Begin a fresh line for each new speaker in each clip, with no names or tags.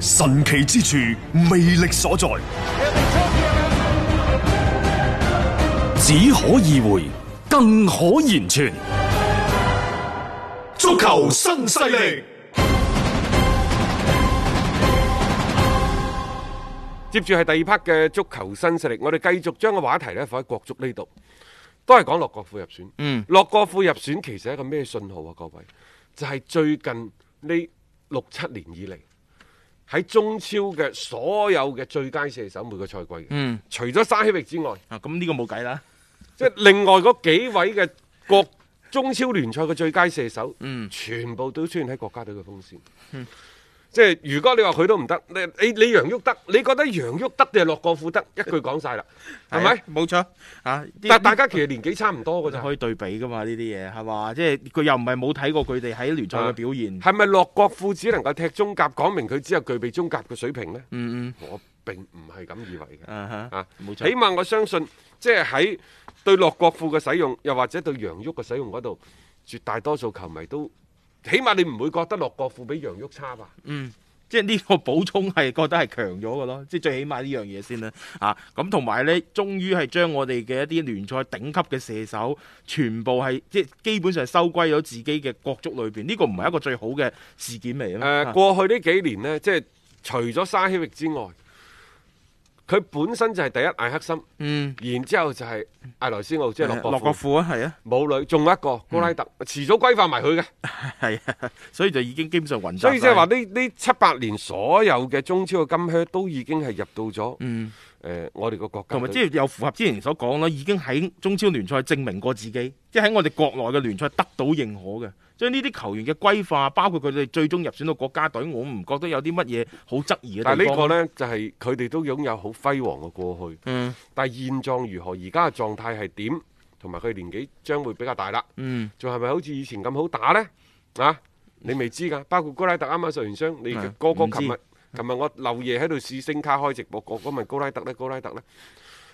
神奇之處，魅力所在，
只可意會，更可言傳。
足球新勢力。
接住係第二 part 嘅足球新勢力，我哋繼續將個話題呢放喺國足呢度，都係講洛國富入選。嗯，洛國富入選其實係一個咩信號啊？各位，就係、最近呢六七年以嚟喺中超嘅所有嘅最佳射手每個賽季嘅，
嗯
除咗沙希域之外，
啊，咁呢個冇計啦。
即係另外嗰幾位嘅國中超聯賽嘅最佳射手，全部都出現喺國家隊嘅鋒線。即係如果你話佢都唔得，你你你楊旭德，你覺得楊旭德定係洛國富得？一句講晒啦，係
啊
咪？？
冇錯啊！啲
但大家其實年紀差唔多㗎
就
咋
可，以對比噶嘛，呢啲嘢係嘛？即係佢又唔係冇睇過佢哋喺聯賽嘅表現。
係咪洛國富只能夠踢中甲，講明佢只有具備中甲嘅水平呢？
嗯
我並唔係咁以為嘅。
嗯
啊
啊哈，冇
起
錯。
碼我相信，即係喺對洛國富嘅使用，又或者對楊旭嘅使用嗰度，絕大多數球迷都，起碼你唔會覺得洛國富比楊旭差吧？
即係呢個補充係覺得係強咗嘅咯，即係最起碼呢樣嘢先啦。啊，咁同埋呢，終於係將我哋嘅一啲聯賽頂級嘅射手，全部係即係基本上收歸咗自己嘅國足裏邊。呢、個唔係一個最好嘅事件嚟
誒、
啊嘛。啊
過去呢幾年呢，即係除咗沙希域之外，佢本身就係第一艾克森，
嗯，
然之後就係艾萊斯奧，即係洛
洛
國
國
富。
富啊，係啊。
母女仲有一個高拉特，遲早規劃埋佢嘅，
係啊，所以就已經基本上混雜
所以即係
晒
話呢呢七八年所有嘅中超嘅金靴都已經係入到咗誒、
嗯，
我哋個國家
同埋
隊
即係又符合之前所講啦，已經喺中超聯賽證明過自己，即係喺我哋國內嘅聯賽得到認可嘅。所以呢啲球員嘅歸化，包括佢哋最終入選到國家隊，我唔覺得有啲乜嘢好質疑嘅
但
地
係呢
方。
個呢，就係佢哋都擁有好輝煌嘅過去。
嗯
但係現狀如何，而家嘅狀態係點，同埋佢年紀將會比較大啦，
嗯，
仲係咪好似以前咁好打呢？啊，你未知㗎。包括高拉特啱啱受完傷，你
係
個
啊唔
個
知
琴日琴日我漏夜喺度試星卡開直播，個個問高拉特呢，高拉特呢，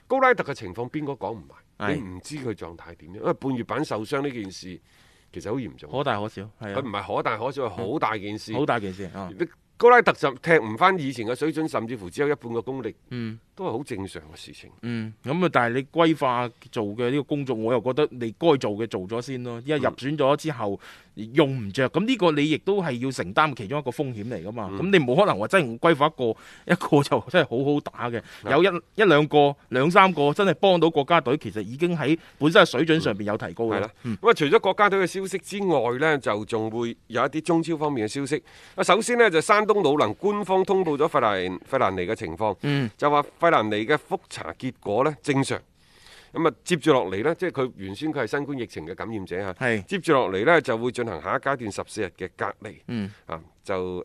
高拉特嘅情況邊個講唔埋？
係
你唔知佢狀態點樣，因為半月板受傷呢件事其實好嚴重，
可大可小，係
佢
啊嗯
唔，係可大可小，係好大件事。
好大件事啊。
你高拉特就踢唔翻以前嘅水準，甚至乎只有一半嘅功力，
嗯
都係好正常嘅事情。
嗯，咁啊，但係你規劃做嘅呢個工作，我又覺得你該做嘅做咗先咯。因為
嗯
入選咗之後用唔着，咁呢個你亦都係要承擔其中一個風險嚟噶
嗯
嘛。咁、你冇可能話真係規劃一個一個就真係好好打嘅，有一一兩個兩三個真係幫到國家隊，其實已經喺本身嘅水準上邊有提高
嗯係
㗎
啦
啦。，
咁啊，除咗國家隊嘅消息之外呢，就仲會有一啲中超方面嘅消息。啊，首先呢，就山東魯能官方通報咗費蘭費蘭尼嘅情況，
嗯
就話費蘭尼嘅覆查結果呢正常。咁啊，接住落嚟呢，即係佢原先佢係新冠疫情嘅感染者嚇，
係
接住落嚟呢，就會進行下一階段十四日嘅隔離。
嗯
啊，就誒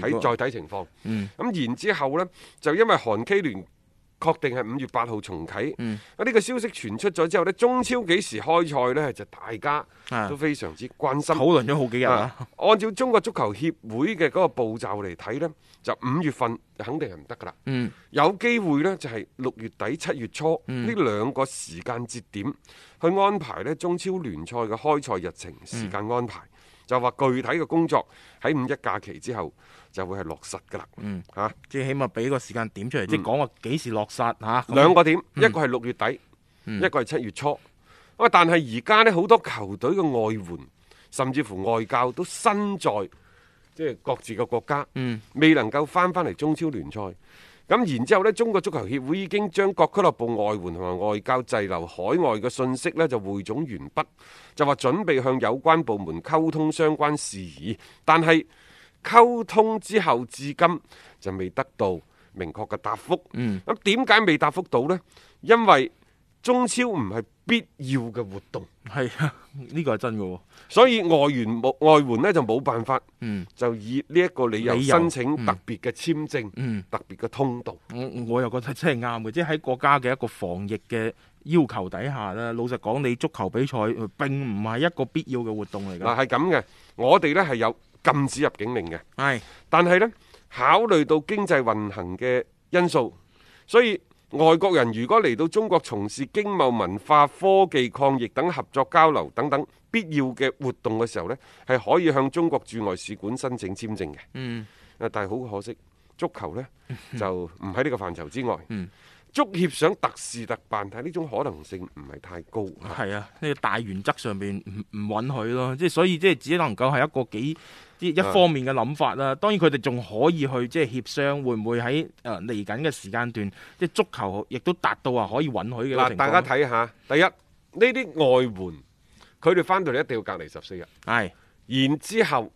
睇、
如
再
果
睇情況。咁、
嗯
然之後呢，就因為韓 K 聯確定係五月八號重啟。
嗯
啊，呢個消息傳出咗之後呢，中超幾時開賽呢？就大家
啊
都非常之關心。
討論咗好幾日啦。
啊按照中國足球協會嘅嗰個步驟嚟睇呢，就五月份就肯定係唔得㗎啦。
嗯
有機會呢，就係六月底七月初呢兩個時間節點去安排呢中超聯賽嘅開賽日程時間安
嗯
排，就話具體嘅工作喺五一假期之後就會係落實㗎啦。啊
嗯，
嚇、
即係起碼俾個時間點出嚟，即係講話幾時落實嚇。咁
嗯
嗯
兩個點，一個係六月底，一個係七月初。咁啊，但係而家呢，好多球隊嘅外援，甚至乎外教都身在即係各自嘅國家，
嗯
未能夠翻翻嚟中超聯賽。咁咁然之後呢，中國足球協會已經將各俱樂部外援同埋外交滯留海外嘅信息呢就匯總完畢，就話準備向有關部門溝通相關事宜，但係溝通之後至今就未得到明確嘅答覆。嗯，咁點解未答覆到呢？因為中超唔係必要嘅活動。
系啊， 呢個係真嘅喎。
所以外援冇外援呢就冇辦法，
嗯
就以呢一個理由
理由
申請特別嘅簽證、
嗯
特別嘅通道。
我我又覺得真係啱嘅，即係喺國家嘅一個防疫嘅要求底下咧，老實講，你足球比賽呃並唔係一個必要嘅活動嚟
嗱
㗎。
係咁嘅，我哋呢係有禁止入境令嘅，
係
但係呢，考慮到經濟運行嘅因素，所以外國人如果嚟到中國從事經貿、文化、科技、抗疫等合作交流等等必要嘅活動嘅時候呢，係可以向中國駐外使館申請簽證嘅。
嗯
啊但係好可惜，足球 呢就唔喺呢個範疇之外。
嗯
足協想特事特辦，但係呢種可能性唔係太高。
係啊，呢個大原則上邊唔唔允許咯，即係所以即係只能夠係一個幾即係
啊
一方面嘅諗法啦。當然佢哋仲可以去即係協商，會唔會喺誒嚟緊嘅時間段，即係足球亦都達到話可以允許嘅一個
嗱，
情況。
大家睇下，第一呢啲外援，佢哋翻到嚟一定要隔離十四日，
係
然之後，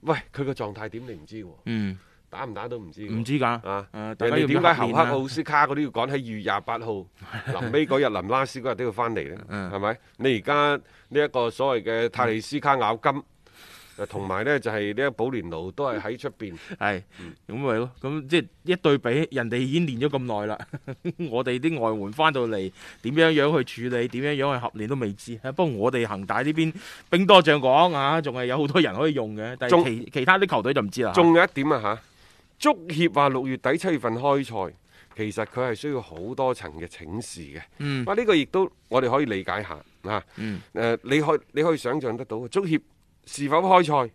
喂佢個狀態點你唔知喎，
嗯
打唔打都唔知喎。
唔知㗎
啊！
誒大
人
家
哋
要
點解
合
侯
練
克
啊
奧斯卡嗰啲要趕喺二月廿八 號臨尾嗰日、臨拉斯嗰日都要翻嚟呢？
嗯
係咪？你而家呢一個所謂嘅泰利斯卡咬金，誒同埋呢就係呢一保連奴都係喺出邊。
係，
嗯
咁咪咯，咁即係一對比，人哋已經練咗咁耐啦， 我哋啲外援翻到嚟點樣樣去處理，點樣樣去合練都未知。不過我哋恒大呢邊兵多將廣啊，仲係有好多人可以用嘅，但
仲
係其其他啲球隊就唔知啦。
仲有一點啊嚇，足協話六月底七月份開賽，其實佢係需要好多層嘅請示嘅。啊
嗯
哇！呢、個亦都我哋可以理解下啊。
嗯
誒你可以你可以想象得到，足協是否開賽？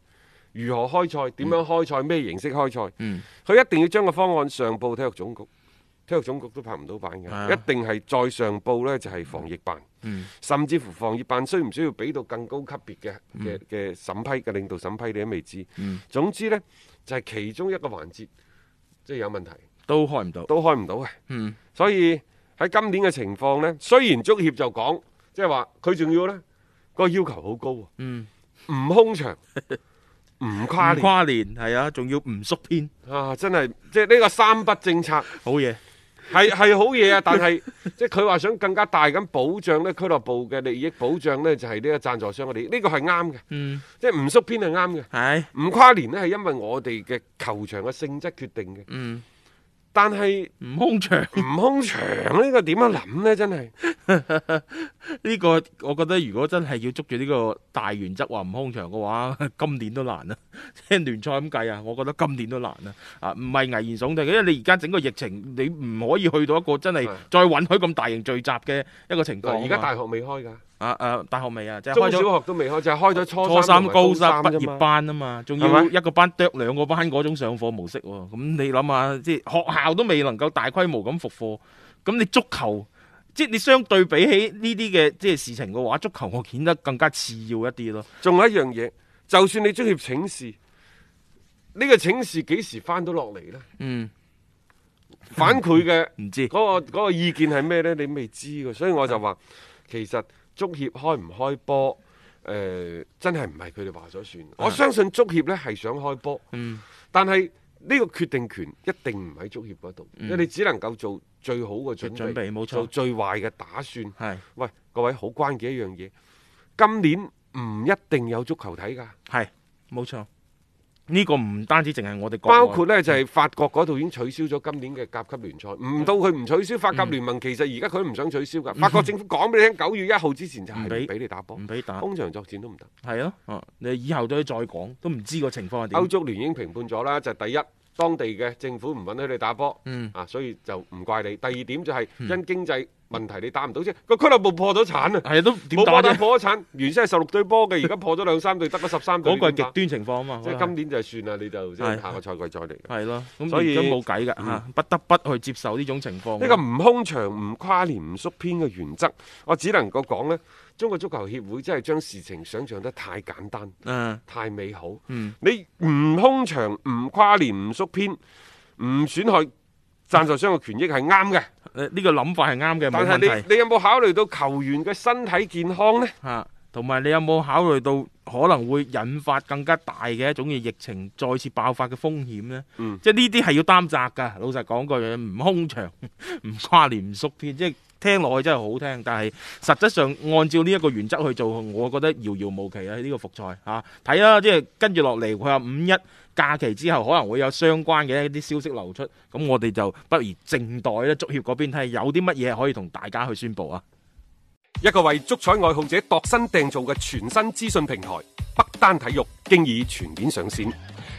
如何開賽？點樣開賽？咩形式開賽？佢、
嗯
一定要將個方案上報體育總局，體育總局都拍唔到版嘅，
啊
一定係再上報呢，就係防疫辦，
嗯
甚至乎防疫辦需唔需要俾到更高級別嘅嘅嘅審批嘅領導審批，你都未知。
嗯
總之呢，就係、其中一個環節，即係有問題
都開唔到。
都開唔到嘅。
嗯
所以喺今年嘅情況呢，雖然足協就講，即係話佢仲要呢個要求好高喎，
嗯，
唔空場， 唔跨
跨
年
跨年係啊，仲要唔縮編，
啊！真係即係呢個三不政策
好嘢。
係係好嘢啊！但 係即係佢話想更加大咁保障呢俱樂部嘅利益，保障呢就係呢個贊助商嘅利益，呢個係啱嘅，
嗯，
即係唔縮編係啱嘅。
係
唔跨年呢係因為我哋嘅球場嘅性質決定嘅，
嗯
但係
唔空場。
唔空場呢個點樣諗呢？真係。
呢個我覺得如果真係要捉住呢個大原則話唔空場嘅話， 今年都難啦。即係聯賽咁計啊，我覺得今年都難啦。啊，唔係危言聳聽，因為你而家整個疫情，你唔可以去到一個真係
係
再允許咁大型聚集嘅一個情況。
而家大學未開㗎。
啊啊大學未啊，即係
中
啊開
小
咗
學都未開，就係開咗初
初
三
三、
同埋
高三
啫
畢
嘛
業。班啊嘛，仲要
係咪
一個班啄兩個班嗰種上課模式喎。咁你諗下，即係學校都未能夠大規模咁復課，咁你足球？即係你相對比起呢啲嘅即係事情嘅話，足球我顯得更加次要一啲咯。
仲有一樣嘢，就算你足協請示，呢、個請示幾時翻到落嚟呢？
嗯，
反饋嘅
唔知
嗰個嗰個意見係咩呢？你未知嘅，所以我就話其實足協開唔開波，誒、真係唔係佢哋話咗算。我相信足協呢係想開波，
啊嗯
但係呢個決定權一定唔喺足協嗰度，因為你只能夠做最好嘅準備，
嗯準備冇錯
做最壞嘅打算。
係
喂，各位好關鍵一樣嘢，今年唔一定有足球睇㗎，
係冇錯。呢、個唔單止淨係我哋國內
包括呢就係、法國嗰度已經取消咗今年嘅甲級聯賽，唔到佢唔取消法甲聯盟，其實而家佢唔想取消㗎。法國政府講俾你聽，九月一號之前就係
唔俾
唔俾你打波
唔，俾打，
空場作戰都唔得。
係咯、啊你以後都再講，都唔知個情況係
歐
點。
足聯已經評判咗啦，就係第一。當地嘅政府唔允許你打波，
嗯
啊，所以就唔怪你。第二點就係因經濟問題你打唔到啫，個俱樂部破咗產啊，
係都 點
冇破產
打啫？
破咗產，原先係十六隊波嘅，而家破咗兩三隊，得個十三隊。
嗰個係
點打
極端情況啊嘛。
即係今年就算啦，你就即係
係
下個賽季再嚟啦。
係咯，咁
所
所
以嗯
以都冇計㗎嚇，不得不去接受呢種情況。
呢個唔空場、唔跨年、唔縮編嘅原則，我只能夠講呢中國足球協會真係將事情想象得太簡單、
嗯
太美好。
嗯
你唔空場、唔跨年、唔縮編，唔損害贊助商嘅權益係啱嘅，
誒呢個諗法係啱嘅，
但
冇問
係
題
你你有冇考慮到球員嘅身體健康呢？
嚇。同埋你有冇考慮到可能會引發更加大嘅一種嘅疫情再次爆發嘅風險呢？
嗯
即係呢啲係要擔責㗎。老實講句嘢，唔空場， 唔跨年，唔縮天，即係聽落去真係好聽，但係實質上按照呢一個原則去做，我覺得遙遙無期啊！呢、個復賽嚇睇啦，即係跟住落嚟佢話五一假期之後可能會有相關嘅一啲消息流出，咁我哋就不如靜待咧，足協嗰邊睇下有啲乜嘢可以同大家去宣佈啊！
一個為足彩愛好者度身訂造嘅全新資訊平台北單體育，經已全面上線。